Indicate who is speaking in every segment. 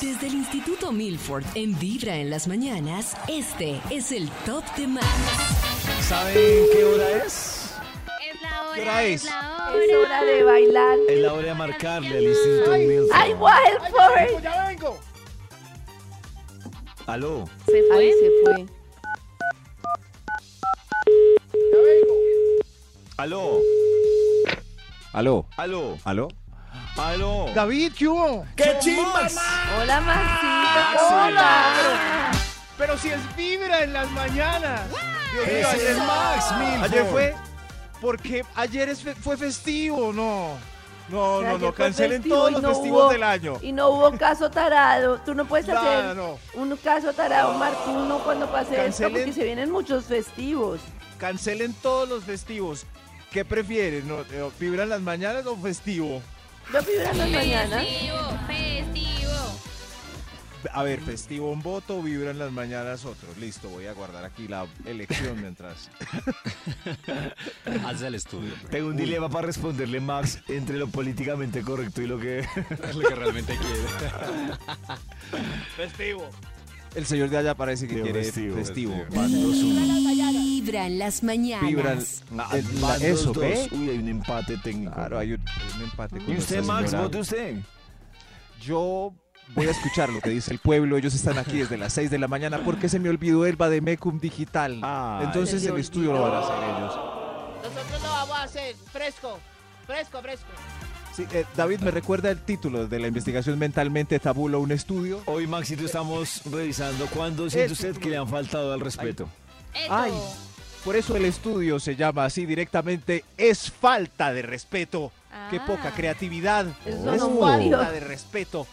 Speaker 1: Desde el Instituto Milford, en Vibra en las mañanas, este es el Top de Más.
Speaker 2: ¿Saben qué hora es?
Speaker 3: Es la hora.
Speaker 2: ¿Qué hora es?
Speaker 3: Es la hora.
Speaker 4: Es hora de bailar.
Speaker 2: Es la hora de marcarle al Instituto Milford.
Speaker 4: ¡Ay, Wilford!
Speaker 2: Aló.
Speaker 3: Se fue.
Speaker 4: Ahí se fue.
Speaker 2: Aló.
Speaker 5: Aló,
Speaker 2: Aló.
Speaker 5: aló.
Speaker 2: Aló.
Speaker 6: David, ¿qué hubo?
Speaker 2: ¡Qué chimba
Speaker 4: Hola, Maxito.
Speaker 2: sí,
Speaker 4: Hola.
Speaker 6: Pero si es vibra en las mañanas. Dios mío,
Speaker 2: Ese
Speaker 6: ayer,
Speaker 2: es Max Milford.
Speaker 6: ayer fue. Porque ayer es fe- fue festivo, no. No, no,
Speaker 4: Ayer
Speaker 6: no.
Speaker 4: fue
Speaker 6: Cancelen
Speaker 4: festivo
Speaker 6: todos
Speaker 4: y
Speaker 6: los
Speaker 4: no
Speaker 6: festivos
Speaker 4: hubo-
Speaker 6: del año.
Speaker 4: Y no hubo caso tarado. Tú no puedes
Speaker 6: Nada,
Speaker 4: hacer
Speaker 6: no.
Speaker 4: un caso tarado, Martuno, cuando pase esto,
Speaker 6: Cancelen.
Speaker 4: porque se vienen muchos festivos.
Speaker 6: Cancelen todos los festivos. ¿Qué prefieres? No, eh, ¿Vibra en las mañanas o festivo?
Speaker 4: ¿No vibran las mañanas?
Speaker 3: Festivo. Festivo.
Speaker 6: A ver, festivo un voto, vibra en las mañanas otro. Listo, voy a guardar aquí la elección mientras.
Speaker 5: Hazle al estudio.
Speaker 2: Tengo un dilema para responderle, Max, entre lo políticamente correcto y lo que.
Speaker 5: Lo que realmente quiere.
Speaker 6: El señor de allá parece que quiere festivo.
Speaker 2: Van dos, uno.
Speaker 1: Vibra en las mañanas.
Speaker 6: Vibra
Speaker 2: Ah,
Speaker 6: en la-
Speaker 2: van
Speaker 6: eso,
Speaker 2: dos,
Speaker 6: ¿qué?
Speaker 2: dos. Uy, hay un empate técnico.
Speaker 6: Claro, hay un, hay un empate. con
Speaker 2: ¿Y usted,
Speaker 6: nuestra
Speaker 2: Max?
Speaker 6: señora.
Speaker 2: ¿Vote usted?
Speaker 6: Yo voy a escuchar lo que dice el pueblo. Ellos están aquí desde las 6 de la mañana porque se me olvidó el Bademecum Digital.
Speaker 2: Ay.
Speaker 6: Entonces
Speaker 4: Se te
Speaker 6: el estudio lo van a hacer ellos.
Speaker 7: Nosotros lo vamos a hacer fresco, fresco, fresco.
Speaker 6: Sí, eh, David, ¿me recuerda el título de la investigación mentalmente tabulo un estudio?
Speaker 2: Hoy, Maxito, estamos revisando cuándo siente usted que le han faltado al respeto.
Speaker 3: Eso.
Speaker 6: Ay, por eso el estudio se llama así directamente. Es falta de respeto. Qué
Speaker 3: Ah.
Speaker 6: poca creatividad.
Speaker 4: Eso
Speaker 6: es
Speaker 4: no
Speaker 6: falta
Speaker 4: valió.
Speaker 6: de respeto.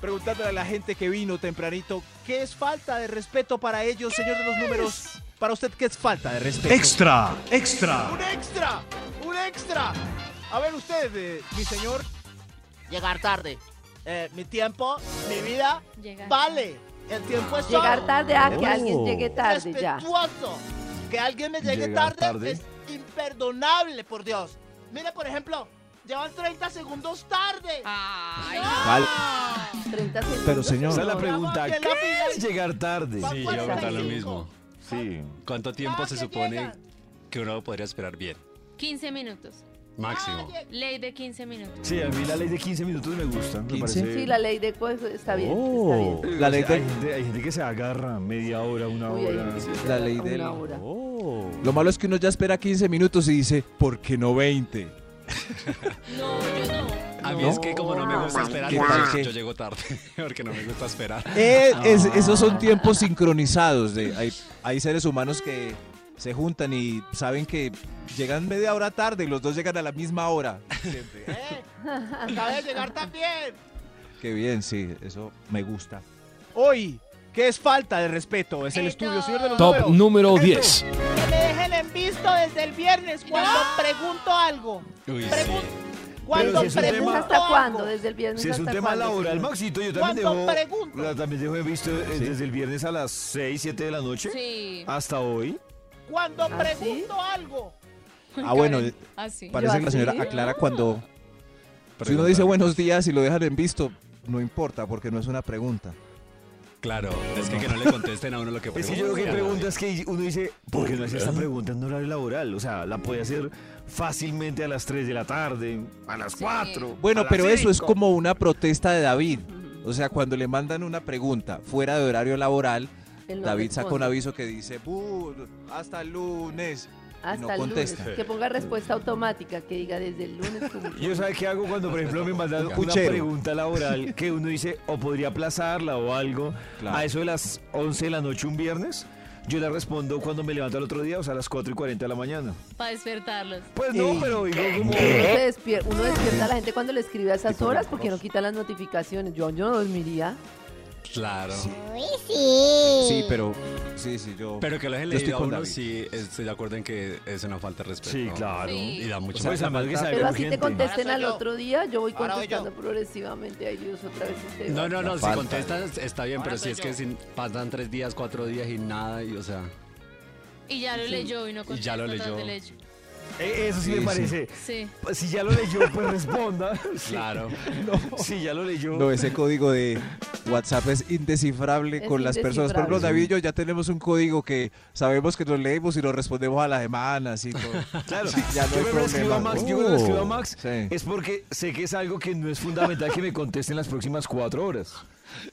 Speaker 6: Preguntándole a la gente que vino tempranito, ¿qué es falta de respeto para ellos, señor de los números? Para usted, ¿qué es falta de respeto? Extra, extra. Un extra, un extra. A ver usted, eh, mi señor.
Speaker 7: Llegar tarde. Eh, mi tiempo, mi vida,
Speaker 3: Llegar.
Speaker 7: vale. El tiempo es
Speaker 4: Llegar
Speaker 7: oro.
Speaker 4: tarde a que
Speaker 2: Oh.
Speaker 4: alguien llegue tarde ya.
Speaker 7: respetuoso. Que alguien me llegue
Speaker 2: Llegar
Speaker 7: tarde,
Speaker 2: tarde.
Speaker 7: es imperdonable, por Dios. Mire, por ejemplo, llevan 30 segundos tarde.
Speaker 3: Ay.
Speaker 6: Vale.
Speaker 4: 30 segundos.
Speaker 6: Pero, señor.
Speaker 2: Esa es la
Speaker 4: no.
Speaker 2: pregunta.
Speaker 7: Vamos, que
Speaker 2: ¿Qué
Speaker 7: la final.
Speaker 2: es llegar tarde?
Speaker 7: Vamos,
Speaker 5: Sí,
Speaker 7: Van
Speaker 5: yo iba a contar lo
Speaker 7: 45.
Speaker 5: mismo.
Speaker 2: Sí.
Speaker 5: ¿Cuánto tiempo
Speaker 7: Ah,
Speaker 5: se
Speaker 7: que
Speaker 5: supone
Speaker 7: llegan.
Speaker 5: que uno podría esperar bien?
Speaker 3: 15 minutos.
Speaker 5: Máximo.
Speaker 7: Vale.
Speaker 3: Ley de 15 minutos.
Speaker 2: Sí, a mí la ley de 15 minutos me gusta. me
Speaker 6: 15.
Speaker 2: parece-
Speaker 4: Sí, la ley de co- está bien. Está
Speaker 2: Oh.
Speaker 4: bien.
Speaker 6: La ley
Speaker 2: O sea,
Speaker 6: de-
Speaker 2: hay, gente, hay gente que se agarra media hora, una
Speaker 4: Uy, ahí
Speaker 2: hora.
Speaker 4: sí,
Speaker 6: La ley
Speaker 4: a
Speaker 6: del-
Speaker 4: una hora.
Speaker 2: Oh.
Speaker 6: Lo malo es que uno ya espera 15 minutos y dice, ¿por qué no 20?
Speaker 3: No, yo no.
Speaker 5: A mí
Speaker 6: No.
Speaker 5: es que como no me
Speaker 4: Ah,
Speaker 5: gusta esperar,
Speaker 6: ¿Qué tal que-
Speaker 5: yo llego tarde porque no me gusta esperar.
Speaker 6: Eh, es- esos son tiempos sincronizados. de- hay, hay seres humanos que se juntan y saben que llegan media hora tarde y los dos llegan a la misma hora.
Speaker 7: Eh, acaba de llegar también.
Speaker 6: Qué bien, sí, eso me gusta. Hoy, ¿qué es falta de respeto? Es el
Speaker 3: Eso.
Speaker 6: estudio, señor de los
Speaker 8: Top
Speaker 6: números.
Speaker 8: número 10.
Speaker 7: Que me dejen en visto desde el viernes cuando pregunto algo.
Speaker 5: Uy,
Speaker 7: Pregun-
Speaker 5: sí.
Speaker 7: Cuando
Speaker 2: si es un
Speaker 4: ¿Desde
Speaker 7: pregunto
Speaker 2: tema-
Speaker 4: hasta cuándo?
Speaker 7: algo.
Speaker 4: ¿Desde el viernes
Speaker 2: Si es un
Speaker 4: hasta
Speaker 2: tema
Speaker 4: cuándo?
Speaker 2: laboral,
Speaker 4: señor?
Speaker 2: Maxito, yo también
Speaker 7: ¿Cuánto
Speaker 2: dejo,
Speaker 7: pregunto?
Speaker 2: la- también dejo de visto eh, desde el viernes a las 6, 7 de la noche
Speaker 3: Sí.
Speaker 2: hasta hoy.
Speaker 7: Cuando
Speaker 4: ¿Ah,
Speaker 7: pregunto algo.
Speaker 6: Ah, bueno,
Speaker 3: Así.
Speaker 6: Parece que la señora
Speaker 4: así.
Speaker 6: aclara cuando si uno dice buenos días y lo dejan en visto, no importa porque no es una pregunta.
Speaker 5: Claro, es que, que no le contesten a uno lo que
Speaker 2: Es
Speaker 5: pregunta.
Speaker 2: que yo creo que preguntas que uno dice, ¿por qué no hace esta pregunta en horario laboral? O sea, la puede hacer fácilmente a las 3 de la tarde, a las 4.
Speaker 6: Bueno, pero eso es como una protesta de David. O sea, cuando le mandan una pregunta fuera de horario laboral,
Speaker 4: Él no
Speaker 6: David saca un
Speaker 4: responde.
Speaker 6: aviso que dice, "Bu, hasta el lunes.
Speaker 4: Hasta
Speaker 6: no
Speaker 4: el
Speaker 6: contesta.
Speaker 4: lunes. Que ponga respuesta automática, que diga desde el lunes. como-
Speaker 2: Yo sabe qué hago cuando, por ejemplo, me mandan una
Speaker 6: Puchero.
Speaker 2: pregunta laboral que uno dice o podría aplazarla o algo.
Speaker 6: Claro.
Speaker 2: A eso de las 11 de la noche un viernes, yo la respondo cuando me levanto al otro día, o sea, a las 4 y 40 de la mañana.
Speaker 3: Para despertarlos.
Speaker 2: Pues no,
Speaker 6: Ey.
Speaker 2: pero digo como...
Speaker 4: Uno, se despier- uno despierta a la gente cuando le escribe a esas horas porque no quita las notificaciones. Yo, yo no dormiría.
Speaker 5: Claro.
Speaker 9: Uy, sí.
Speaker 6: Sí, pero. Sí, sí, yo.
Speaker 5: Pero que lo hayan
Speaker 6: Yo estoy
Speaker 5: leído a
Speaker 6: con
Speaker 5: uno,
Speaker 6: David.
Speaker 5: sí, estoy de acuerdo en que es una falta de respeto.
Speaker 2: Sí, claro.
Speaker 3: Sí.
Speaker 5: Y da mucho
Speaker 2: O sea,
Speaker 5: más.
Speaker 2: pues además que saber
Speaker 4: Pero así te
Speaker 2: urgente.
Speaker 4: contesten
Speaker 7: Ahora
Speaker 4: al
Speaker 7: soy yo.
Speaker 4: otro día, yo voy
Speaker 7: Ahora voy yo.
Speaker 4: contestando progresivamente. Ay Dios, otra vez este.
Speaker 5: No, no, no, si
Speaker 6: falta.
Speaker 5: contestas está bien,
Speaker 7: Ahora
Speaker 5: pero si
Speaker 7: soy
Speaker 5: es que
Speaker 7: yo.
Speaker 5: sin- pasan tres días, cuatro días y nada, y o sea,
Speaker 3: Y ya lo leyó y no
Speaker 5: Y ya lo
Speaker 3: contesta
Speaker 5: leyó.
Speaker 3: tras del hecho.
Speaker 2: Eh, Eso sí,
Speaker 6: Sí,
Speaker 2: me
Speaker 6: sí.
Speaker 2: parece.
Speaker 3: Sí.
Speaker 2: Si ya lo leyó, pues responda.
Speaker 5: claro.
Speaker 2: Si ya lo leyó.
Speaker 6: No, ese código de WhatsApp es indescifrable
Speaker 4: Es
Speaker 6: con las personas. Por ejemplo,
Speaker 4: indescifrable.
Speaker 6: David y yo ya tenemos un código que sabemos que lo leemos y lo respondemos a la semana, así todo.
Speaker 2: Claro,
Speaker 6: ya no
Speaker 2: yo
Speaker 6: hay
Speaker 2: cuando le escribo a
Speaker 6: problema.
Speaker 2: Max, yo cuando le escribo a
Speaker 6: Oh,
Speaker 2: Max
Speaker 6: sí.
Speaker 2: es porque sé que es algo que no es fundamental que me conteste en las próximas cuatro horas.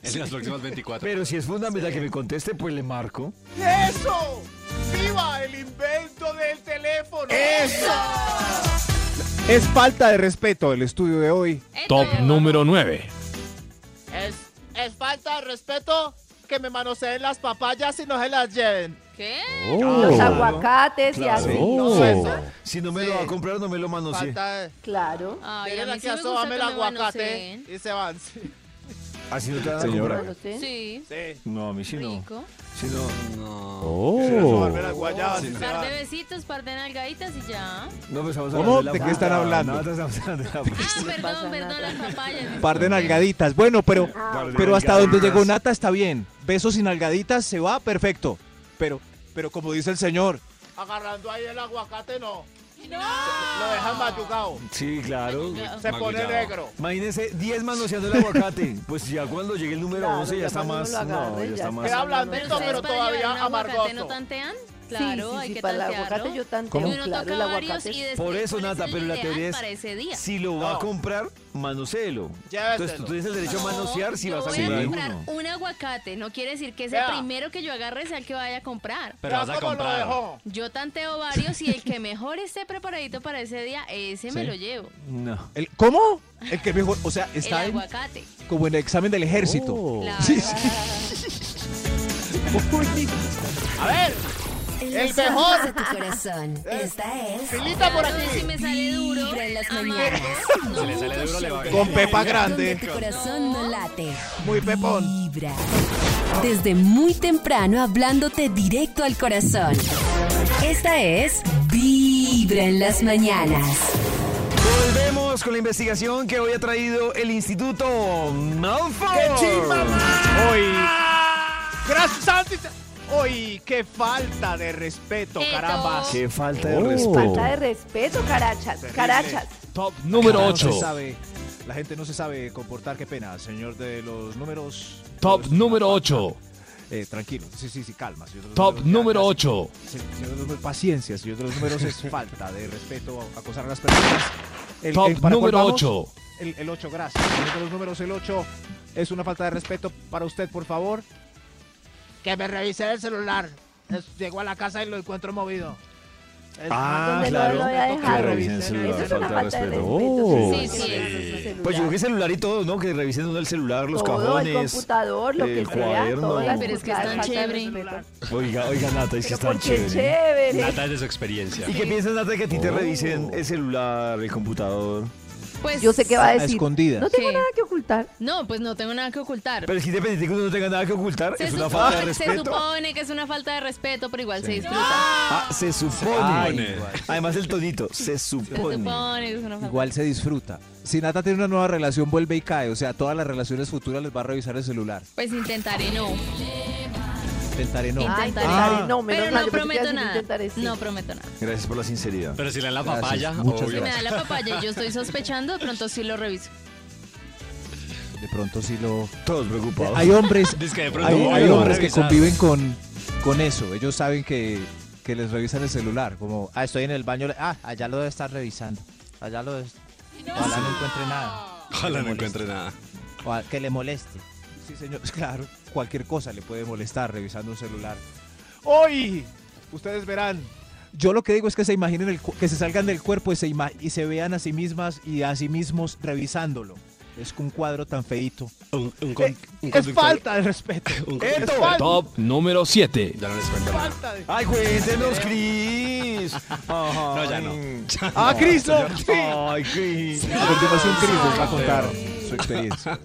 Speaker 5: En las próximas 24.
Speaker 2: Pero si es fundamental que me conteste, pues le marco.
Speaker 7: ¡Eso! ¡Viva el invento del teléfono! ¡Eso!
Speaker 6: Es falta de respeto el estudio de hoy.
Speaker 8: Top
Speaker 3: Esto,
Speaker 8: número 9.
Speaker 7: Es, es falta de respeto que me manoseen las papayas y no se las lleven.
Speaker 3: ¿Qué?
Speaker 5: Oh.
Speaker 4: Los aguacates
Speaker 2: Claro.
Speaker 4: y así.
Speaker 7: No, eso.
Speaker 2: Si no me lo
Speaker 7: Sí.
Speaker 2: va a comprar, no me lo manosee.
Speaker 7: Falta de...
Speaker 4: Claro.
Speaker 3: Ay, a
Speaker 7: Miren
Speaker 3: mí sí
Speaker 7: aquí,
Speaker 3: me gusta que
Speaker 7: asómame el
Speaker 3: me
Speaker 7: aguacate
Speaker 3: manoseen.
Speaker 7: y se van. Sí.
Speaker 2: Así no te van a
Speaker 6: Señora.
Speaker 2: comprar.
Speaker 4: Bueno, ¿sí?
Speaker 3: Sí,
Speaker 2: No, a mí sí no.
Speaker 3: rico.
Speaker 2: Si no,
Speaker 5: No.
Speaker 7: Asómame las guayabas y se
Speaker 3: Par de
Speaker 7: van.
Speaker 3: besitos, par de nalgaditas y ya.
Speaker 2: no pues, estamos
Speaker 6: ¿Cómo?
Speaker 2: hablando la
Speaker 6: ¿De qué
Speaker 2: fruta,
Speaker 6: están hablando?
Speaker 2: nada, estamos hablando de la
Speaker 3: Ah,
Speaker 2: fruta.
Speaker 4: pasa
Speaker 3: perdón, perdón,
Speaker 4: nada.
Speaker 3: las papayas.
Speaker 6: Par de nalgaditas. Bueno, pero,
Speaker 2: Ah. de
Speaker 6: pero hasta
Speaker 2: nalgaditas.
Speaker 6: donde llegó Nata está bien. Besos y nalgaditas se va perfecto. Pero, pero como dice el señor,
Speaker 7: Agarrando ahí el aguacate, no. ¡No! Lo dejan mayugado.
Speaker 2: Sí, claro.
Speaker 7: Se pone
Speaker 5: Magullado.
Speaker 7: negro.
Speaker 2: Imagínense 10 manoseando el aguacate. Pues ya cuando llegue el número
Speaker 4: Claro,
Speaker 2: 11 ya
Speaker 4: ya
Speaker 2: está
Speaker 4: cuando uno
Speaker 2: más.
Speaker 4: lo agarre,
Speaker 2: No, ya
Speaker 4: ya
Speaker 2: está
Speaker 4: está.
Speaker 2: más.
Speaker 7: Queda blandito,
Speaker 3: ¿Ustedes
Speaker 7: pero
Speaker 3: para llevar
Speaker 7: todavía
Speaker 3: un aguacate no
Speaker 7: amargoso.
Speaker 3: tantean?
Speaker 4: sí,
Speaker 3: Claro,
Speaker 4: sí,
Speaker 3: hay
Speaker 4: sí,
Speaker 3: que
Speaker 4: para el
Speaker 3: tantearlo.
Speaker 4: aguacate yo tanteo,
Speaker 3: Y uno
Speaker 4: claro,
Speaker 3: toca
Speaker 4: el
Speaker 3: varios
Speaker 4: aguacate.
Speaker 3: y después
Speaker 2: Por eso,
Speaker 3: ¿cuál
Speaker 2: Nata,
Speaker 3: el
Speaker 2: pero la teoría
Speaker 3: ideal
Speaker 2: es
Speaker 3: para ese día.
Speaker 2: Si lo va a
Speaker 7: No.
Speaker 2: comprar, manoselo. Entonces tú
Speaker 7: Lléveselo.
Speaker 2: tienes el derecho a manosear si
Speaker 3: yo
Speaker 2: vas a
Speaker 3: voy
Speaker 2: comprar
Speaker 3: a comprar
Speaker 2: alguno.
Speaker 3: un aguacate, no quiere decir que ese
Speaker 7: Vea.
Speaker 3: primero que yo agarre sea el que vaya a comprar.
Speaker 5: Pero vas
Speaker 7: Ya
Speaker 5: a
Speaker 7: como lo
Speaker 5: comprar.
Speaker 7: dejó.
Speaker 3: Yo tanteo varios y el que mejor esté preparadito para ese día, ese me
Speaker 5: Sí.
Speaker 3: lo llevo.
Speaker 2: No.
Speaker 6: el, ¿cómo? El que mejor, o sea, está
Speaker 3: el
Speaker 6: en-
Speaker 3: aguacate.
Speaker 6: como en el examen del ejército.
Speaker 2: Oh.
Speaker 3: Claro.
Speaker 7: A ver,
Speaker 1: En
Speaker 7: El
Speaker 1: las ondas
Speaker 7: mejor.
Speaker 1: de tu corazón. Esta es.
Speaker 7: filita por
Speaker 3: Claro, Si
Speaker 7: aquí.
Speaker 3: me sale duro.
Speaker 1: Vibra en las
Speaker 3: Ah,
Speaker 1: mañanas.
Speaker 5: Si le sale duro, le va a
Speaker 6: Con Pepa
Speaker 1: Donde tu
Speaker 6: Grande.
Speaker 1: corazón no late.
Speaker 6: Muy pepón.
Speaker 1: Vibra. Desde muy temprano hablándote directo al corazón. Esta es Vibra en las mañanas.
Speaker 2: Volvemos con la investigación que hoy ha traído el Instituto Malfoy.
Speaker 7: ¡Qué chimba, ma! Hoy. ¡Gracias, Santi! Hoy, qué falta de respeto,
Speaker 3: Eto.
Speaker 7: caramba.
Speaker 2: ¡Qué falta de
Speaker 8: Oh.
Speaker 2: respeto!
Speaker 4: Falta de respeto, carachas, carachas.
Speaker 6: Top
Speaker 8: Número
Speaker 6: No se
Speaker 8: 8.
Speaker 6: sabe- la gente no se sabe comportar, qué pena, señor de los números.
Speaker 8: Top
Speaker 6: Pues,
Speaker 8: número
Speaker 6: no,
Speaker 8: 8.
Speaker 6: Eh, tranquilo, sí, sí, sí, calma. señor de los
Speaker 8: Top
Speaker 6: números, ya,
Speaker 8: número
Speaker 6: ya,
Speaker 8: 8.
Speaker 6: sí, señor de los números, paciencia, señor de los números es falta de respeto, acosar a las personas. El-
Speaker 8: Top
Speaker 6: el- ¿para cuál
Speaker 8: número
Speaker 6: vamos?
Speaker 8: 8.
Speaker 6: El, el 8, gracias. Señor de los números, el 8 es una falta de respeto para usted, por favor.
Speaker 7: Que me revisé el celular. Es- Llego a la casa y lo encuentro movido. Es-
Speaker 2: Ah,
Speaker 4: ¿Dónde
Speaker 2: claro.
Speaker 4: lo había
Speaker 2: Que
Speaker 4: dejado?
Speaker 2: revisen el
Speaker 4: Eso
Speaker 2: celular,
Speaker 4: es una
Speaker 2: falta de respeto. Oh.
Speaker 4: respeto, Oh.
Speaker 3: Sí, sí,
Speaker 4: sí,
Speaker 5: sí.
Speaker 4: sí, sí.
Speaker 2: Pues yo creo que celular y todo, ¿no? Que revisen uno el celular, los
Speaker 4: todo, el
Speaker 2: cajones.
Speaker 4: computador, lo
Speaker 2: el
Speaker 4: que sea,
Speaker 2: cuaderno.
Speaker 4: todo.
Speaker 3: Pero es que es tan chévere.
Speaker 2: Oiga, oiga, Nata, y si
Speaker 4: Pero
Speaker 2: están
Speaker 4: porque es
Speaker 2: chéveres.
Speaker 4: chévere.
Speaker 5: Nata es de su experiencia.
Speaker 2: ¿Y qué piensas, Nata, que a ti te
Speaker 5: Oh.
Speaker 2: revisen el celular, el computador?
Speaker 3: Pues,
Speaker 4: Yo sé que va a
Speaker 6: A
Speaker 4: decir.
Speaker 6: escondidas.
Speaker 4: No tengo
Speaker 3: Sí.
Speaker 4: nada que ocultar.
Speaker 3: No, pues no tengo nada que ocultar.
Speaker 2: Pero es que independiente que uno no tenga nada que ocultar,
Speaker 3: se,
Speaker 2: es una
Speaker 3: supone,
Speaker 2: falta de
Speaker 3: se
Speaker 2: respeto.
Speaker 3: supone que es una falta de respeto, pero igual se disfruta.
Speaker 2: Ah, se supone.
Speaker 5: Ay.
Speaker 2: Además el tonito, se
Speaker 3: Se
Speaker 2: supone.
Speaker 3: supone que es una falta.
Speaker 6: Igual se disfruta. Si Nata tiene una nueva relación, vuelve y cae. O sea, todas las relaciones futuras les va a revisar el celular.
Speaker 3: Pues intentaré no.
Speaker 6: Intentaré no.
Speaker 4: Ay,
Speaker 3: Intentaré.
Speaker 4: intentaré, no, menos
Speaker 3: pero
Speaker 4: mal, yo pensé
Speaker 3: no
Speaker 4: que ibas a
Speaker 3: prometo
Speaker 4: decir
Speaker 3: nada.
Speaker 4: intentaré, sí.
Speaker 3: No prometo nada.
Speaker 2: Gracias por la sinceridad.
Speaker 5: Pero si le dan la
Speaker 6: Gracias,
Speaker 5: papaya,
Speaker 6: muchas
Speaker 5: obvio.
Speaker 3: Si Pues me da la papaya y yo estoy sospechando, de pronto sí lo reviso.
Speaker 6: De pronto sí lo...
Speaker 2: Todos preocupados.
Speaker 6: Hay hombres,
Speaker 5: Dice que de pronto
Speaker 6: hay,
Speaker 5: voy,
Speaker 6: hay
Speaker 5: lo voy a
Speaker 6: hombres que
Speaker 5: revisar.
Speaker 6: conviven con, con eso. Ellos saben que, que les revisan el celular. Como, ah, estoy en el baño. Ah, allá lo debe estar revisando. Allá lo debe Ojalá no encuentre nada.
Speaker 5: Ojalá no encuentre nada.
Speaker 6: O que le moleste. Sí, señor. Claro, cualquier cosa le puede molestar revisando un celular. ¡Hoy! Ustedes verán. Yo lo que digo es que se imaginen el cu- que se salgan del cuerpo y se, ima- y se vean a sí mismas y a sí mismos revisándolo. Es un cuadro tan feito.
Speaker 5: Un, un, con-
Speaker 7: Eh, Es,
Speaker 5: un
Speaker 7: es
Speaker 5: conductor-
Speaker 7: falta de respeto.
Speaker 5: un conductor-
Speaker 7: Es falta,
Speaker 8: Top número 7.
Speaker 5: Ya no les cuento nada.
Speaker 7: falta de...
Speaker 2: Ay, cuéntenos, Cris. No,
Speaker 5: ya no.
Speaker 7: ¡Ah, Cristo! Sí.
Speaker 2: Ay, Cris.
Speaker 6: A continuación, Cris nos va a contar su experiencia.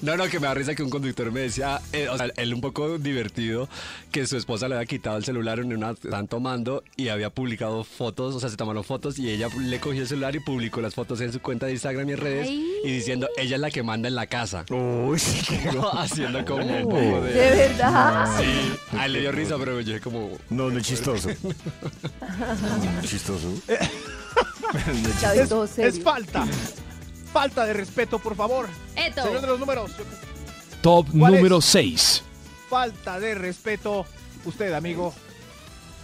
Speaker 5: No, no, que me da risa que un conductor me decía, eh, o sea, él un poco divertido, que su esposa le había quitado el celular en una, estaban tomando y había publicado fotos, o sea, se tomaron fotos y ella le cogió el celular y publicó las fotos en su cuenta de Instagram y en redes
Speaker 3: Ay.
Speaker 5: y diciendo, ella es la que manda en la casa.
Speaker 2: Uy, sí, qué go-
Speaker 5: Haciendo como un poco de...
Speaker 4: De verdad.
Speaker 5: Sí, a él le dio risa, pero yo dije como...
Speaker 2: No, no es chistoso. No es chistoso.
Speaker 4: David,
Speaker 7: Es,
Speaker 4: todo
Speaker 7: es
Speaker 4: serio.
Speaker 7: falta. Falta de respeto, por favor.
Speaker 3: Eto.
Speaker 7: Señor de los números,
Speaker 8: Top
Speaker 7: ¿Cuál es?
Speaker 8: número 6.
Speaker 7: falta de respeto. Usted, amigo.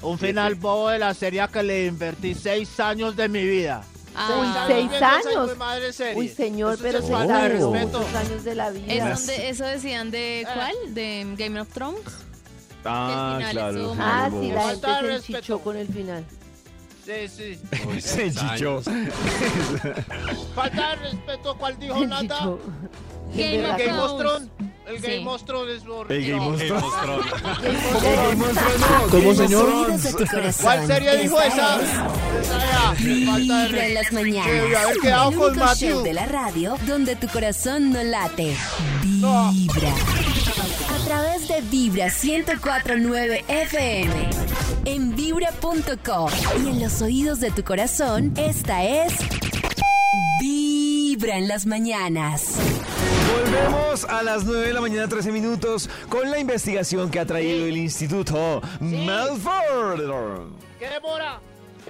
Speaker 7: Un final bobo de la serie que le invertí seis años de mi vida.
Speaker 3: Ah,
Speaker 4: Seis
Speaker 7: Esa hijo
Speaker 4: años.
Speaker 7: de madre serie.
Speaker 4: Uy, señor,
Speaker 7: Eso
Speaker 4: pero
Speaker 7: es
Speaker 4: seis
Speaker 7: falta de
Speaker 4: años,
Speaker 7: respeto.
Speaker 4: seis años de la
Speaker 3: ¿Es
Speaker 4: vida.
Speaker 2: Las-
Speaker 3: donde eso decían de cuál? ¿De Game of Thrones?
Speaker 2: Ah,
Speaker 3: final
Speaker 2: claro.
Speaker 3: estuvo
Speaker 4: Ah,
Speaker 2: Muy
Speaker 4: sí,
Speaker 2: bobo.
Speaker 4: la
Speaker 7: Falta de
Speaker 4: gente se
Speaker 7: respeto.
Speaker 4: enchichó con el final.
Speaker 7: Sí, sí.
Speaker 2: Se chichó.
Speaker 7: Falta de respeto, ¿cuál dijo
Speaker 4: Se
Speaker 7: nada?
Speaker 4: enchichó.
Speaker 7: El
Speaker 3: Game of
Speaker 7: Game of
Speaker 3: Thrones.
Speaker 7: Thrones. El
Speaker 3: Sí.
Speaker 7: Game of Thrones es
Speaker 2: El Game of
Speaker 7: horrible.
Speaker 2: Thrones.
Speaker 8: ¿Cómo,
Speaker 1: Los oídos de tu corazón.
Speaker 7: ¿Cuál serie dijo esa? Esa era. Falta de
Speaker 1: Vibra en
Speaker 7: respeto.
Speaker 1: las mañanas.
Speaker 7: Que debe haber quedado
Speaker 1: el
Speaker 7: con
Speaker 1: único
Speaker 7: Matthew.
Speaker 1: show de la radio donde tu corazón no late.
Speaker 7: No.
Speaker 1: Vibra. A través de Vibra 104.9 FM. En vibra.com. Y en los oídos de tu corazón, esta es... Vibra en las mañanas.
Speaker 2: Volvemos a las 9 de la mañana, 13 minutos, con la investigación que ha traído el Instituto Melford.
Speaker 7: ¿Qué demora?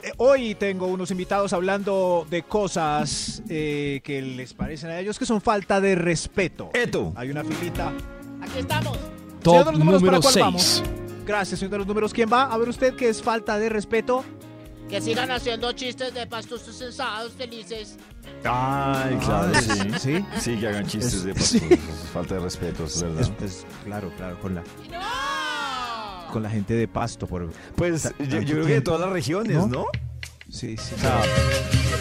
Speaker 7: Eh, Hoy tengo unos invitados hablando de cosas eh, que les parecen a ellos que son falta de respeto.
Speaker 2: Eto.
Speaker 7: Hay una filita. Aquí estamos. Señor de
Speaker 8: Top
Speaker 7: los números, ¿para
Speaker 8: número
Speaker 7: cuál
Speaker 8: 6.
Speaker 7: vamos? Gracias, señor de los números. ¿Quién va? A ver usted que es falta de respeto.
Speaker 10: Que sigan haciendo chistes de pastos sensados felices.
Speaker 2: Ay, Ah, claro, sí.
Speaker 7: Sí.
Speaker 2: Sí, que hagan chistes de
Speaker 7: Sí.
Speaker 2: pastor. es Falta de respeto, es verdad.
Speaker 7: Es- claro, claro, con la. Con la gente de pasto, por.
Speaker 2: Pues
Speaker 7: Ta-
Speaker 2: yo, yo
Speaker 7: tanto
Speaker 2: creo que de
Speaker 7: tiempo.
Speaker 2: todas las regiones,
Speaker 7: ¿No?
Speaker 2: ¿no?
Speaker 7: Sí, sí.
Speaker 2: O sea,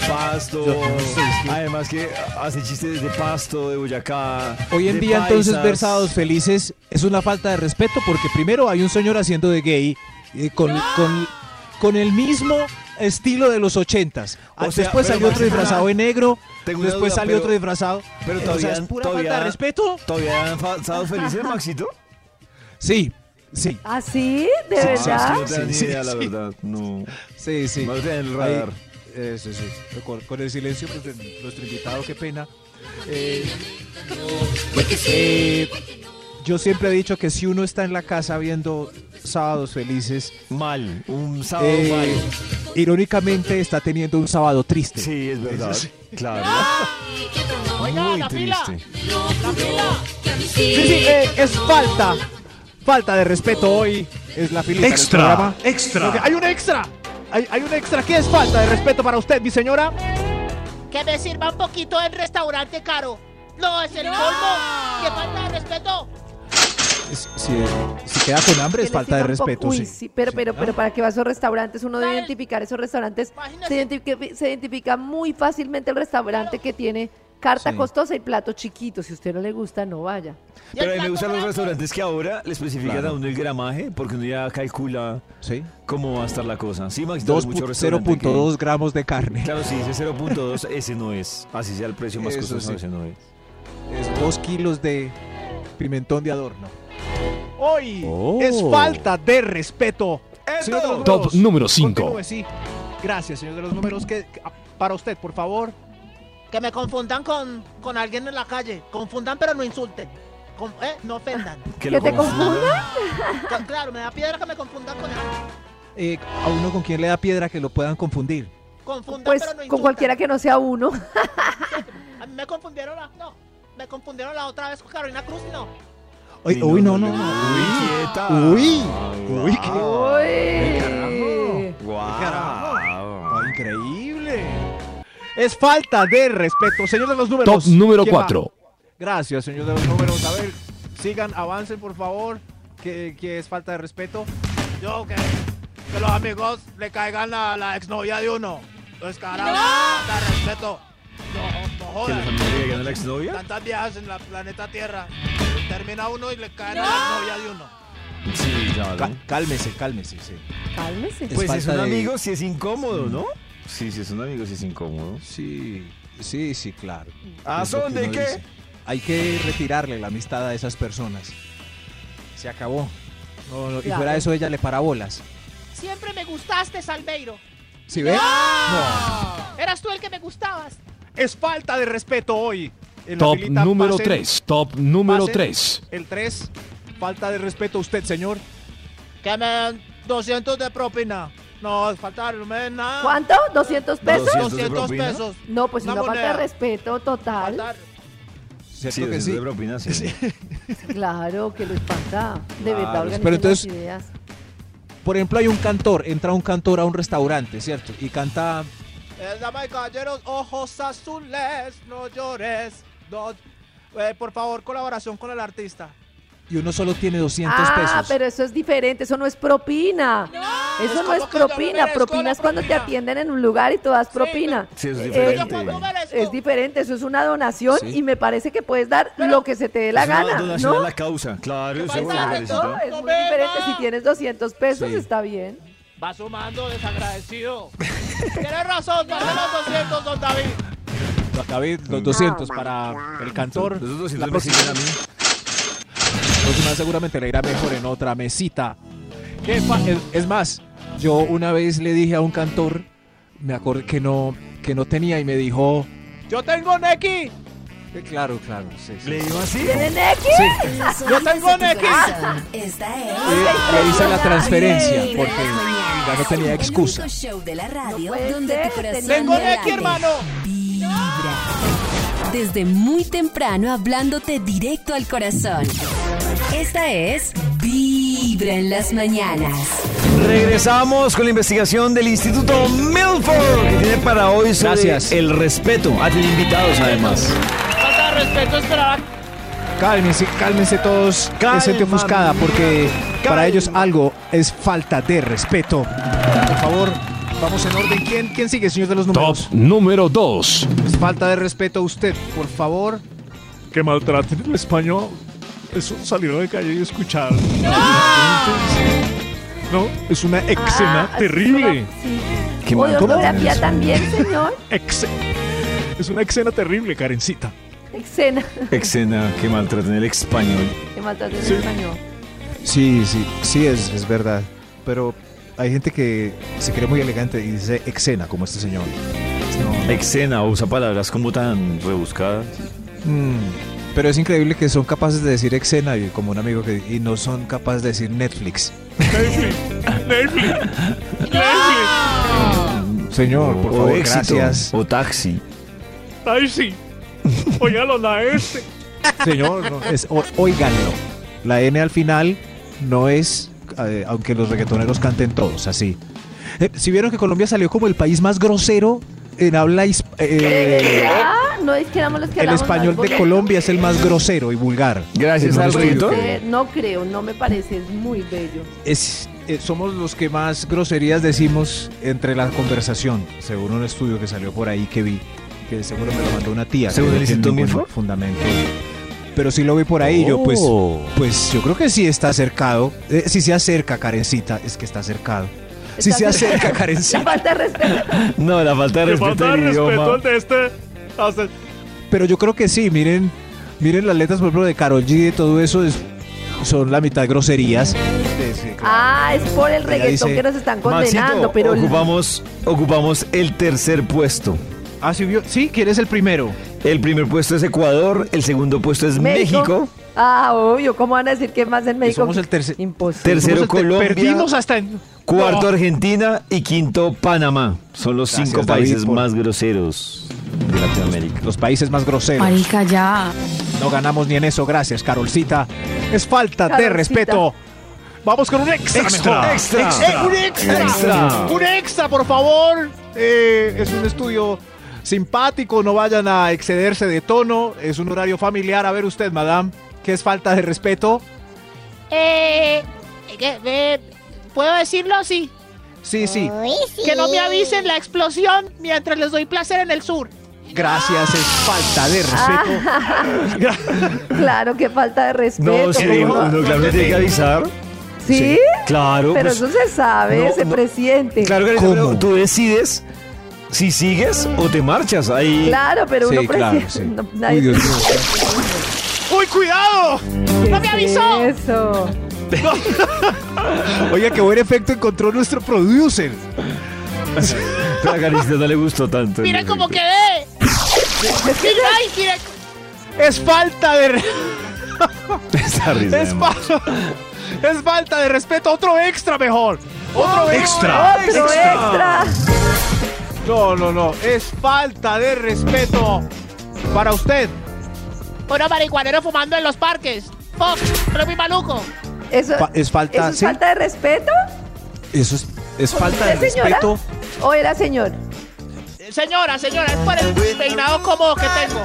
Speaker 2: pasto.
Speaker 7: Yo no sé, es que-
Speaker 2: Además que hace chistes de pasto, de Boyacá.
Speaker 6: Hoy en
Speaker 2: de
Speaker 6: día entonces
Speaker 2: paisas.
Speaker 6: ver sábados felices es una falta de respeto porque primero hay un señor haciendo de gay eh, con, con, con el mismo estilo de los ochentas. Ah,
Speaker 2: O sea,
Speaker 6: después
Speaker 2: pero
Speaker 6: salió otro
Speaker 2: Maxito,
Speaker 6: disfrazado de negro,
Speaker 2: tengo una
Speaker 6: después
Speaker 2: duda,
Speaker 6: salió
Speaker 2: pero-
Speaker 6: otro disfrazado.
Speaker 2: pero
Speaker 6: Eh,
Speaker 2: todavía-
Speaker 6: o sea, es pura
Speaker 2: todavía-
Speaker 6: falta de respeto.
Speaker 2: ¿Todavía dan fa- sábados felices, Maxito?
Speaker 6: Sí, sí,
Speaker 4: ¿Ah, sí? ¿De
Speaker 2: Sí,
Speaker 4: verdad?
Speaker 2: sí, no tenía
Speaker 6: Sí,
Speaker 2: ni idea, la
Speaker 6: sí.
Speaker 2: verdad. No.
Speaker 6: sí, sí.
Speaker 2: No tenía el
Speaker 6: Ahí,
Speaker 2: radar.
Speaker 6: eso sí. Con, con el silencio pues, de nuestro invitado, qué pena. Eh, eh, yo siempre he dicho que si uno está en la casa viendo sábados felices,
Speaker 2: Mal. Un sábado
Speaker 6: eh,
Speaker 2: mal.
Speaker 6: irónicamente está teniendo un sábado triste.
Speaker 2: Sí, es verdad. Claro.
Speaker 10: Oiga, la fila.
Speaker 6: Sí, sí, eh, es falta. Falta de respeto hoy. Es la filita del
Speaker 2: Ah.
Speaker 6: programa.
Speaker 7: Ok, hay un extra. Hay, hay un extra. ¿Qué es falta de respeto para usted, mi señora?
Speaker 10: Que me sirva un poquito el restaurante caro. No, es el colmo. Que falta de respeto.
Speaker 6: Es- si, si queda con hambre
Speaker 4: Que
Speaker 6: es
Speaker 4: le
Speaker 6: falta de
Speaker 4: sirva un poco-
Speaker 6: respeto,
Speaker 4: Uy,
Speaker 6: sí.
Speaker 4: pero, pero, pero para que va a esos restaurantes, uno debe
Speaker 10: Tal.
Speaker 4: identificar esos restaurantes. Se
Speaker 10: Imagínese.
Speaker 4: identifica, se identifica muy fácilmente el restaurante que tiene carta
Speaker 6: Sí.
Speaker 4: costosa y plato chiquito. Si a usted no le gusta, no vaya.
Speaker 10: Y el
Speaker 2: Pero a mí me
Speaker 10: plato
Speaker 2: gustan los
Speaker 10: grande.
Speaker 2: restaurantes que ahora le especifican
Speaker 6: Claro.
Speaker 2: a uno el gramaje porque uno ya calcula
Speaker 6: Sí.
Speaker 2: cómo va a estar la cosa. Sí, Max,
Speaker 6: Dos
Speaker 2: mucho
Speaker 6: pu-
Speaker 2: restaurante que-
Speaker 6: 0.2 gramos de carne.
Speaker 2: Claro, si dice 0.2, ese no es. Así sea el precio más
Speaker 6: Eso
Speaker 2: costoso,
Speaker 6: sí.
Speaker 2: ese no es.
Speaker 6: Es dos kilos de pimentón de adorno.
Speaker 7: Hoy
Speaker 8: Oh.
Speaker 7: es falta de respeto. Señor de los
Speaker 8: Top
Speaker 7: números,
Speaker 8: número 5.
Speaker 7: continúe, sí. Gracias, señor de los números. Que, que- ah, para usted, por favor.
Speaker 10: Que me confundan con, con alguien en la calle. Confundan, pero no insulten. Con- eh, no ofendan.
Speaker 4: ¿Que te confunda?
Speaker 10: Ca- claro, me da piedra que me confundan con alguien.
Speaker 6: Eh, a uno con quien le da piedra que lo puedan confundir.
Speaker 10: Confundan,
Speaker 4: Pues
Speaker 10: pero no insulten.
Speaker 4: con cualquiera que no sea uno.
Speaker 10: A mí me confundieron la. No. Me confundieron la otra vez con Carolina Cruz, no.
Speaker 6: Ay,
Speaker 2: Ni
Speaker 6: uy, no, no.
Speaker 2: Uy, quieta.
Speaker 6: Uy,
Speaker 2: Guau.
Speaker 6: uy, qué-
Speaker 4: Uy.
Speaker 2: Guau.
Speaker 6: no. Increíble.
Speaker 7: Es falta de respeto, señor de los números.
Speaker 8: Top número
Speaker 7: ¿Quién va?
Speaker 8: 4.
Speaker 7: Gracias, señor de los números. A ver, sigan, avancen, por favor. Que, que es falta de respeto. Yo, que, que los amigos le caigan a la exnovia de uno. Descarado, falta de respeto. No, no
Speaker 2: ¿Que los
Speaker 7: jodan.
Speaker 2: amigos le llegan a la exnovia?
Speaker 7: Tantas viejas en la planeta Tierra. Termina uno y le caen a la exnovia de uno.
Speaker 2: Sí, claro.
Speaker 6: Cá- Cálmese, cálmese, sí.
Speaker 4: Cálmese.
Speaker 6: Es
Speaker 2: Pues si es
Speaker 6: falta
Speaker 2: un
Speaker 6: de-
Speaker 2: amigo, si es incómodo, ¿no? Sí, si es un amigo, si es incómodo.
Speaker 6: Sí, sí, sí, claro.
Speaker 2: ¿A
Speaker 6: Es lo que
Speaker 2: dónde
Speaker 6: uno
Speaker 2: qué?
Speaker 6: dice. hay que retirarle la amistad a esas personas. Se acabó. No, no, Y
Speaker 10: Claro.
Speaker 6: fuera de eso ella le para bolas.
Speaker 10: Siempre me gustaste, Salveiro.
Speaker 6: ¿Sí ve?
Speaker 4: ¡Ah!
Speaker 6: No.
Speaker 10: Eras tú el que me gustabas.
Speaker 7: Es falta de respeto hoy. En la
Speaker 8: Top
Speaker 7: filita
Speaker 8: número
Speaker 7: pasen-
Speaker 8: 3. Top número
Speaker 7: pasen
Speaker 8: 3.
Speaker 7: El 3. Falta de respeto a usted, señor.
Speaker 10: Que me dan 200 de propina.
Speaker 7: No, falta no me den nada.
Speaker 4: ¿Cuánto? ¿200 pesos?
Speaker 2: 200 de
Speaker 10: 200
Speaker 2: propina.
Speaker 10: pesos.
Speaker 4: No, pues
Speaker 7: Una
Speaker 4: una falta de
Speaker 7: moneda.
Speaker 4: respeto total.
Speaker 7: Falta-
Speaker 6: ¿Cierto
Speaker 2: Sí,
Speaker 6: que
Speaker 2: es
Speaker 6: sí?
Speaker 2: de propina, sí.
Speaker 4: Claro, que les pasa. De verdad,
Speaker 6: Claro,
Speaker 4: organicen
Speaker 6: pero entonces-
Speaker 4: las ideas.
Speaker 6: Por ejemplo, hay un cantor, entra un cantor a un restaurante, ¿cierto? Y canta
Speaker 7: Eh, damas y caballeros, ojos azules, no llores. No, eh, por favor, colaboración con el artista.
Speaker 6: y uno solo tiene 200
Speaker 4: Ah,
Speaker 6: pesos.
Speaker 4: pero eso es diferente, eso no es propina. Eso
Speaker 7: Es
Speaker 4: no es
Speaker 7: como que yo me
Speaker 4: propina.
Speaker 7: merezco
Speaker 4: Propina
Speaker 7: la
Speaker 4: es cuando te
Speaker 7: propina.
Speaker 4: atienden en un lugar y tú das propina.
Speaker 2: Sí, es
Speaker 4: Eh,
Speaker 10: Yo
Speaker 2: diferente.
Speaker 10: cuando merezco.
Speaker 4: Es diferente, eso es una donación
Speaker 6: Sí.
Speaker 4: y me parece que puedes dar lo que se te dé la
Speaker 2: Es una
Speaker 4: gana.
Speaker 2: donación
Speaker 4: ¿no?
Speaker 2: a la Pues causa. Claro,
Speaker 10: falta
Speaker 2: seguro,
Speaker 10: de
Speaker 4: Claro,
Speaker 2: Karencita.
Speaker 10: respeto?
Speaker 4: es muy
Speaker 10: Beba.
Speaker 4: diferente. Si tienes 200 pesos,
Speaker 6: Sí.
Speaker 4: está bien.
Speaker 10: Va sumando desagradecido. Tienes razón, dame los 200, don David.
Speaker 6: Lo acabé, los 200 para el cantor.
Speaker 2: Esos 200
Speaker 6: La
Speaker 2: me
Speaker 6: próxima,
Speaker 2: siguen a mí.
Speaker 6: próxima seguramente le irá mejor en otra mesita. ¿Qué fa- es, es más, yo una vez le dije a un cantor, me acordé que no, que no tenía y me dijo,
Speaker 7: Yo tengo Neki.
Speaker 6: eh, claro, claro, sí, sí.
Speaker 2: Le digo así.
Speaker 4: ¿Tienen X?
Speaker 1: Yo
Speaker 7: tengo Nequi.
Speaker 1: Esta es.
Speaker 6: Y le hice la transferencia porque ya no tenía
Speaker 1: El
Speaker 6: excusa.
Speaker 1: único show de la
Speaker 4: No
Speaker 1: radio
Speaker 4: puede
Speaker 1: donde
Speaker 4: ser,
Speaker 1: tu corazón
Speaker 4: tenía
Speaker 7: Tengo
Speaker 1: late.
Speaker 7: Neki, hermano.
Speaker 1: Vibra. Desde muy temprano hablándote directo al corazón. Esta es Vibra en las mañanas.
Speaker 2: Regresamos con la investigación del Instituto Milford que tiene para hoy sobre
Speaker 6: Gracias.
Speaker 2: el respeto. Ha tenido invitados además.
Speaker 10: Falta de respeto, esperaba.
Speaker 6: Cálmense, cálmense todos.
Speaker 2: Calma,
Speaker 6: Es gente ofuscada porque para ellos algo es falta de respeto. Por favor, vamos en orden. ¿Quién, quién sigue, señor de los
Speaker 8: Top
Speaker 6: números?
Speaker 8: número 2.
Speaker 6: Es falta de respeto a usted, por favor.
Speaker 8: Que maltraten el español. Eso salir de calle y escuchar. No, es una
Speaker 4: Ah, así es una- sí.
Speaker 2: Qué
Speaker 4: O de
Speaker 2: mal. ¿Cómo?
Speaker 4: ortografía también, señor.
Speaker 8: Es una escena terrible, Karencita.
Speaker 4: Escena.
Speaker 2: Exena que maltraten el español.
Speaker 4: Te mataste en
Speaker 8: Sí.
Speaker 4: español.
Speaker 6: Sí, sí, sí, es, es verdad. Pero hay gente que se cree muy elegante y dice exena, como este señor.
Speaker 2: Exena usa palabras como tan rebuscadas.
Speaker 6: Mm, pero es increíble que son capaces de decir exena, y como un amigo, que, y no son capaces de decir Netflix. Señor, por
Speaker 2: Oh, o
Speaker 6: favor,
Speaker 2: éxito,
Speaker 6: gracias.
Speaker 2: O taxi.
Speaker 8: Ay, sí. Óyalo, la este.
Speaker 6: Señor, no, es, o- óiganlo. La N al final no es, eh, aunque los reggaetoneros canten todos así. Eh, si vieron que Colombia salió como el país más grosero en habla hisp- eh,
Speaker 4: Ah, no es que éramos los que
Speaker 6: el
Speaker 4: hablamos
Speaker 6: español
Speaker 4: más
Speaker 6: de
Speaker 4: bonito.
Speaker 6: Colombia es el más grosero y vulgar.
Speaker 2: Gracias,
Speaker 6: Es
Speaker 2: ¿no
Speaker 6: al
Speaker 2: es
Speaker 6: revés.
Speaker 2: bonito?
Speaker 4: Eh, no creo, no me parece, es muy bello.
Speaker 6: Es- eh, somos los que más groserías decimos entre la conversación, según un estudio que salió por ahí que vi, que seguro me lo mandó una tía. que
Speaker 2: ¿Según
Speaker 6: no
Speaker 2: el
Speaker 6: tiene
Speaker 2: Instituto
Speaker 6: ningún
Speaker 2: Milford?
Speaker 6: Fundamento. Pero sí lo vi por ahí, yo pues...
Speaker 2: Oh.
Speaker 6: Pues yo creo que sí está acercado. Eh, si se acerca, Karencita, es que está acercado. Si
Speaker 4: Está
Speaker 6: se
Speaker 4: acercado.
Speaker 6: acerca,
Speaker 4: La
Speaker 6: Karencita.
Speaker 4: falta de respeto.
Speaker 2: No, la falta de
Speaker 8: Te
Speaker 2: respeto
Speaker 8: falta
Speaker 2: del
Speaker 8: el respeto
Speaker 2: idioma.
Speaker 8: al de este. Hasta-
Speaker 6: Pero yo creo que sí, miren, miren las letras, por ejemplo, de Carol G y de todo eso, es- son la mitad groserías.
Speaker 4: Ah, es por el
Speaker 6: Ella
Speaker 4: reggaetón
Speaker 6: dice,
Speaker 4: que nos están
Speaker 2: Maxito,
Speaker 4: condenando, pero el-
Speaker 2: ocupamos, ocupamos el tercer puesto.
Speaker 6: Ah, sí, vio- sí, ¿quién es el primero?
Speaker 2: El primer puesto es Ecuador, el segundo puesto es
Speaker 4: México.
Speaker 2: México,
Speaker 4: Ah, obvio, ¿cómo van a decir que más en México?
Speaker 6: somos el tercer-
Speaker 4: Imposible.
Speaker 2: tercero
Speaker 6: Somos el ter-
Speaker 2: Colombia,
Speaker 6: Perdimos hasta en...
Speaker 2: cuarto Argentina y quinto Panamá. Son los
Speaker 6: Gracias,
Speaker 2: cinco
Speaker 6: David,
Speaker 2: países
Speaker 6: por-
Speaker 2: más groseros de Latinoamérica.
Speaker 6: Los países más groseros.
Speaker 1: Marica, ya.
Speaker 6: No ganamos ni en eso, gracias, Carolcita. Es falta de
Speaker 4: Carolcita.
Speaker 6: respeto. Vamos con un extra. mejor.
Speaker 2: Extra.
Speaker 7: Eh, un extra.
Speaker 2: Extra.
Speaker 7: Un extra, por favor.
Speaker 6: Eh, es un estudio simpático, no vayan a excederse de tono, es un horario familiar. A ver usted, madame, que es falta de respeto.
Speaker 10: Eh, ¿qué? Eh, ¿Puedo decirlo así?
Speaker 6: Sí, sí,
Speaker 9: Uy, sí.
Speaker 10: Que no me avisen la explosión mientras les doy placer en el sur.
Speaker 6: gracias, es falta de respeto.
Speaker 4: Claro, que falta de respeto.
Speaker 2: No, sí,
Speaker 4: ¿cómo
Speaker 2: uno,
Speaker 4: no?
Speaker 2: uno, claro, le tiene que avisar.
Speaker 4: ¿Sí?
Speaker 2: Claro.
Speaker 4: Pero
Speaker 2: pues,
Speaker 4: eso se sabe,
Speaker 2: no,
Speaker 4: se
Speaker 2: no.
Speaker 4: presiente.
Speaker 2: Claro, Karencita,
Speaker 6: ¿Cómo?
Speaker 2: pero tú decides si sigues o te marchas. Ahí
Speaker 4: Claro, pero
Speaker 6: Sí,
Speaker 4: uno
Speaker 6: claro,
Speaker 4: presiente.
Speaker 6: sí.
Speaker 4: no,
Speaker 6: Uy,
Speaker 4: nadie-
Speaker 6: Dios mío. ¡Uy, cuidado!
Speaker 10: ¡No me avisó!
Speaker 4: Eso.
Speaker 6: Oiga, qué buen efecto encontró nuestro producer.
Speaker 2: A Carista no le gustó tanto.
Speaker 10: Mira cómo quedé. Mira, ay, mira,
Speaker 6: Es falta de. re-
Speaker 2: Esa risa,
Speaker 6: Es,
Speaker 2: además.
Speaker 6: fa- es falta de respeto. Otro extra mejor. Otro
Speaker 8: extra.
Speaker 4: Otro
Speaker 6: Ah.
Speaker 4: extra.
Speaker 6: No, no, no. Es falta de respeto para usted.
Speaker 10: Uno marihuanero fumando en los parques. Fuck, pero es muy maluco.
Speaker 4: Eso,
Speaker 6: Fa- es falta,
Speaker 4: ¿eso es
Speaker 6: ¿sí?
Speaker 4: falta de respeto.
Speaker 6: Eso es, es falta de
Speaker 4: ¿Usted es señora?
Speaker 6: respeto.
Speaker 4: ¿O era señor?
Speaker 10: Eh, Señora, señora, es por el peinado cómodo que tengo.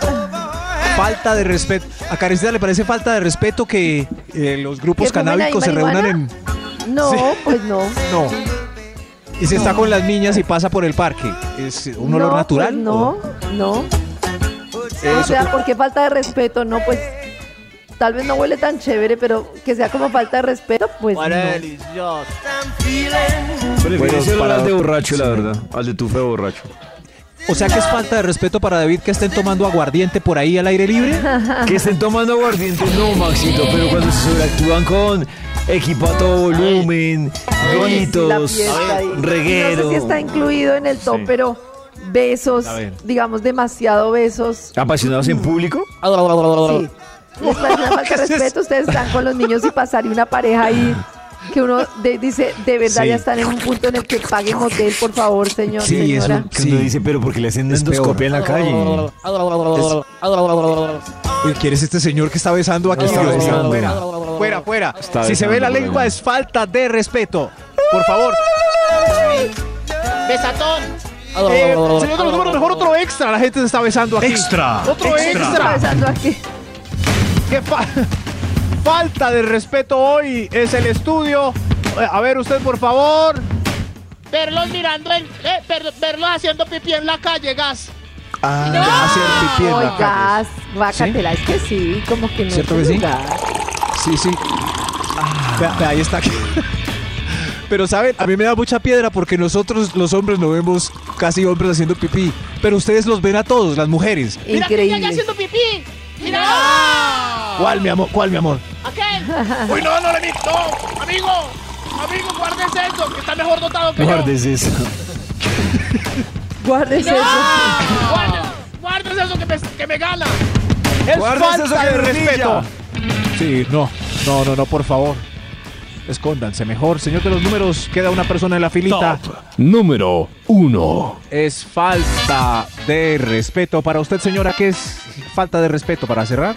Speaker 6: Falta de respeto. A Karencita le parece falta de respeto que eh, los grupos
Speaker 4: ¿Que fumen ahí
Speaker 6: canábicos se reúnan en.
Speaker 4: marihuana? No, pues no.
Speaker 6: No. Y si está con las niñas y pasa por el parque. ¿Es un olor
Speaker 4: No,
Speaker 6: natural?
Speaker 4: pues
Speaker 6: o-
Speaker 4: no, no. O
Speaker 6: Eso.
Speaker 4: sea, ¿por qué falta de respeto? No, pues tal vez no huele tan chévere, pero que sea como falta de respeto, pues no.
Speaker 10: delicioso.
Speaker 2: Prefiero
Speaker 6: Bueno,
Speaker 2: ese olor
Speaker 6: para-
Speaker 2: al de borracho, la verdad. Al de tufe de borracho.
Speaker 6: O sea que es falta de respeto para David que estén tomando aguardiente por ahí al aire libre.
Speaker 2: Que estén tomando aguardiente, no, Maxito, pero cuando se sobreactúan con equipo a todo volumen,
Speaker 4: La
Speaker 2: gritos,
Speaker 4: fiesta ahí.
Speaker 2: reguero.
Speaker 4: No sé si está incluido en el top,
Speaker 2: Sí.
Speaker 4: pero besos,
Speaker 2: A ver.
Speaker 4: digamos demasiado besos.
Speaker 2: ¿Apasionados en público?
Speaker 4: Sí. Les parece una falta de respeto, ustedes están con los niños y pasar y una pareja ahí que uno de- dice, de verdad
Speaker 2: Sí.
Speaker 4: ya están en un punto en el que paguen hotel, por favor, señor,
Speaker 6: Sí, eso-
Speaker 4: señora.
Speaker 2: Que uno
Speaker 6: Sí.
Speaker 2: dice, pero porque le hacen
Speaker 6: Es
Speaker 2: endoscopia en la calle.
Speaker 6: Uy, ¿Quién es este señor que está besando aquí?
Speaker 2: Está
Speaker 6: Dios mío,
Speaker 2: besando.
Speaker 6: fuera, fuera, fuera.
Speaker 2: Está
Speaker 6: si se ve
Speaker 2: besando
Speaker 6: la
Speaker 2: por
Speaker 6: lengua
Speaker 2: ahí.
Speaker 6: es falta de respeto. Por favor.
Speaker 10: Besatón.
Speaker 6: Eh, señor de los números, mejor otro extra. La gente se está besando aquí.
Speaker 8: Extra.
Speaker 6: Otro
Speaker 4: Está
Speaker 6: extra.
Speaker 4: besando aquí.
Speaker 6: Qué fa- falta de respeto hoy es el estudio. Eh, A ver, usted, por favor.
Speaker 10: Verlos mirando el. Eh, ver- verlos haciendo pipí en la calle, gas.
Speaker 6: Ah, hacer pipí en la calle.
Speaker 4: Oigas, guácatela, es que sí, como que no.
Speaker 6: ¿Cierto
Speaker 4: es
Speaker 6: que sí?
Speaker 4: lugar.
Speaker 6: Sí, sí. Vea, vea, ahí está. Pero, ¿saben? A mí me da mucha piedra porque nosotros, los hombres, no vemos casi hombres haciendo pipí. Pero ustedes los ven a todos, las mujeres.
Speaker 10: Mira que ya
Speaker 4: Increíble.
Speaker 10: haciendo pipí. Mira.
Speaker 6: ¿Cuál, mi amor? ¿Cuál, mi amor?
Speaker 10: Aquel. Uy, no, no le mito. Amigo. Amigo, guárdese eso, que está mejor dotado que yo.
Speaker 2: Guardes eso.
Speaker 4: Guárdese eso.
Speaker 10: Guarda- Guárdese eso que me, que me gana.
Speaker 6: Es
Speaker 2: Guárdese
Speaker 6: falta
Speaker 2: esa
Speaker 6: de
Speaker 2: guerrilla.
Speaker 6: respeto. Sí, no. No, no, no, por favor. Escóndanse mejor. Señor de los números, queda una persona en la filita.
Speaker 8: Número 1.
Speaker 6: Es falta de respeto para usted, señora. ¿Qué es falta de respeto para cerrar?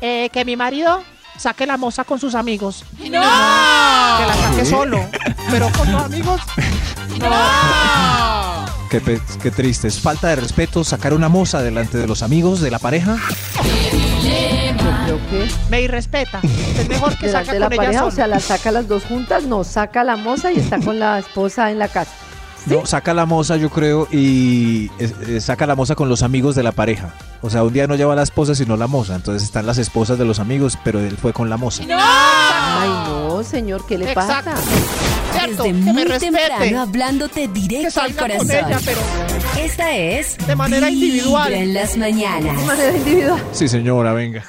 Speaker 10: Eh, que mi marido saque la moza con sus amigos. ¡No! Ah. Que la saque solo, pero con sus amigos. ¡No!
Speaker 6: Qué, pe- qué triste. Es falta de respeto sacar una moza delante de los amigos, de la pareja.
Speaker 4: Creo que
Speaker 10: Me irrespeta. Es mejor que
Speaker 4: delante
Speaker 10: saca
Speaker 4: de la
Speaker 10: con ella
Speaker 4: pareja, o
Speaker 10: solo.
Speaker 4: sea, la saca las dos juntas, no, saca la moza y está con la esposa en la casa.
Speaker 6: No, saca la moza, yo creo, y eh, eh, saca la moza con los amigos de la pareja. O sea, un día no lleva a la esposa, sino la moza. Entonces están las esposas de los amigos, pero él fue con la moza.
Speaker 4: Ay, no, señor, ¿qué le
Speaker 10: Exacto.
Speaker 4: pasa?
Speaker 10: Cierto,
Speaker 1: Desde
Speaker 10: que me
Speaker 1: muy temprano
Speaker 10: respete.
Speaker 1: hablándote
Speaker 10: Que
Speaker 1: directo al
Speaker 10: salga con
Speaker 1: corazón.
Speaker 10: ella, pero
Speaker 1: Esta es
Speaker 10: De manera
Speaker 1: Vibra
Speaker 10: individual.
Speaker 1: en las mañanas.
Speaker 4: De manera individual.
Speaker 6: Sí, señora, venga.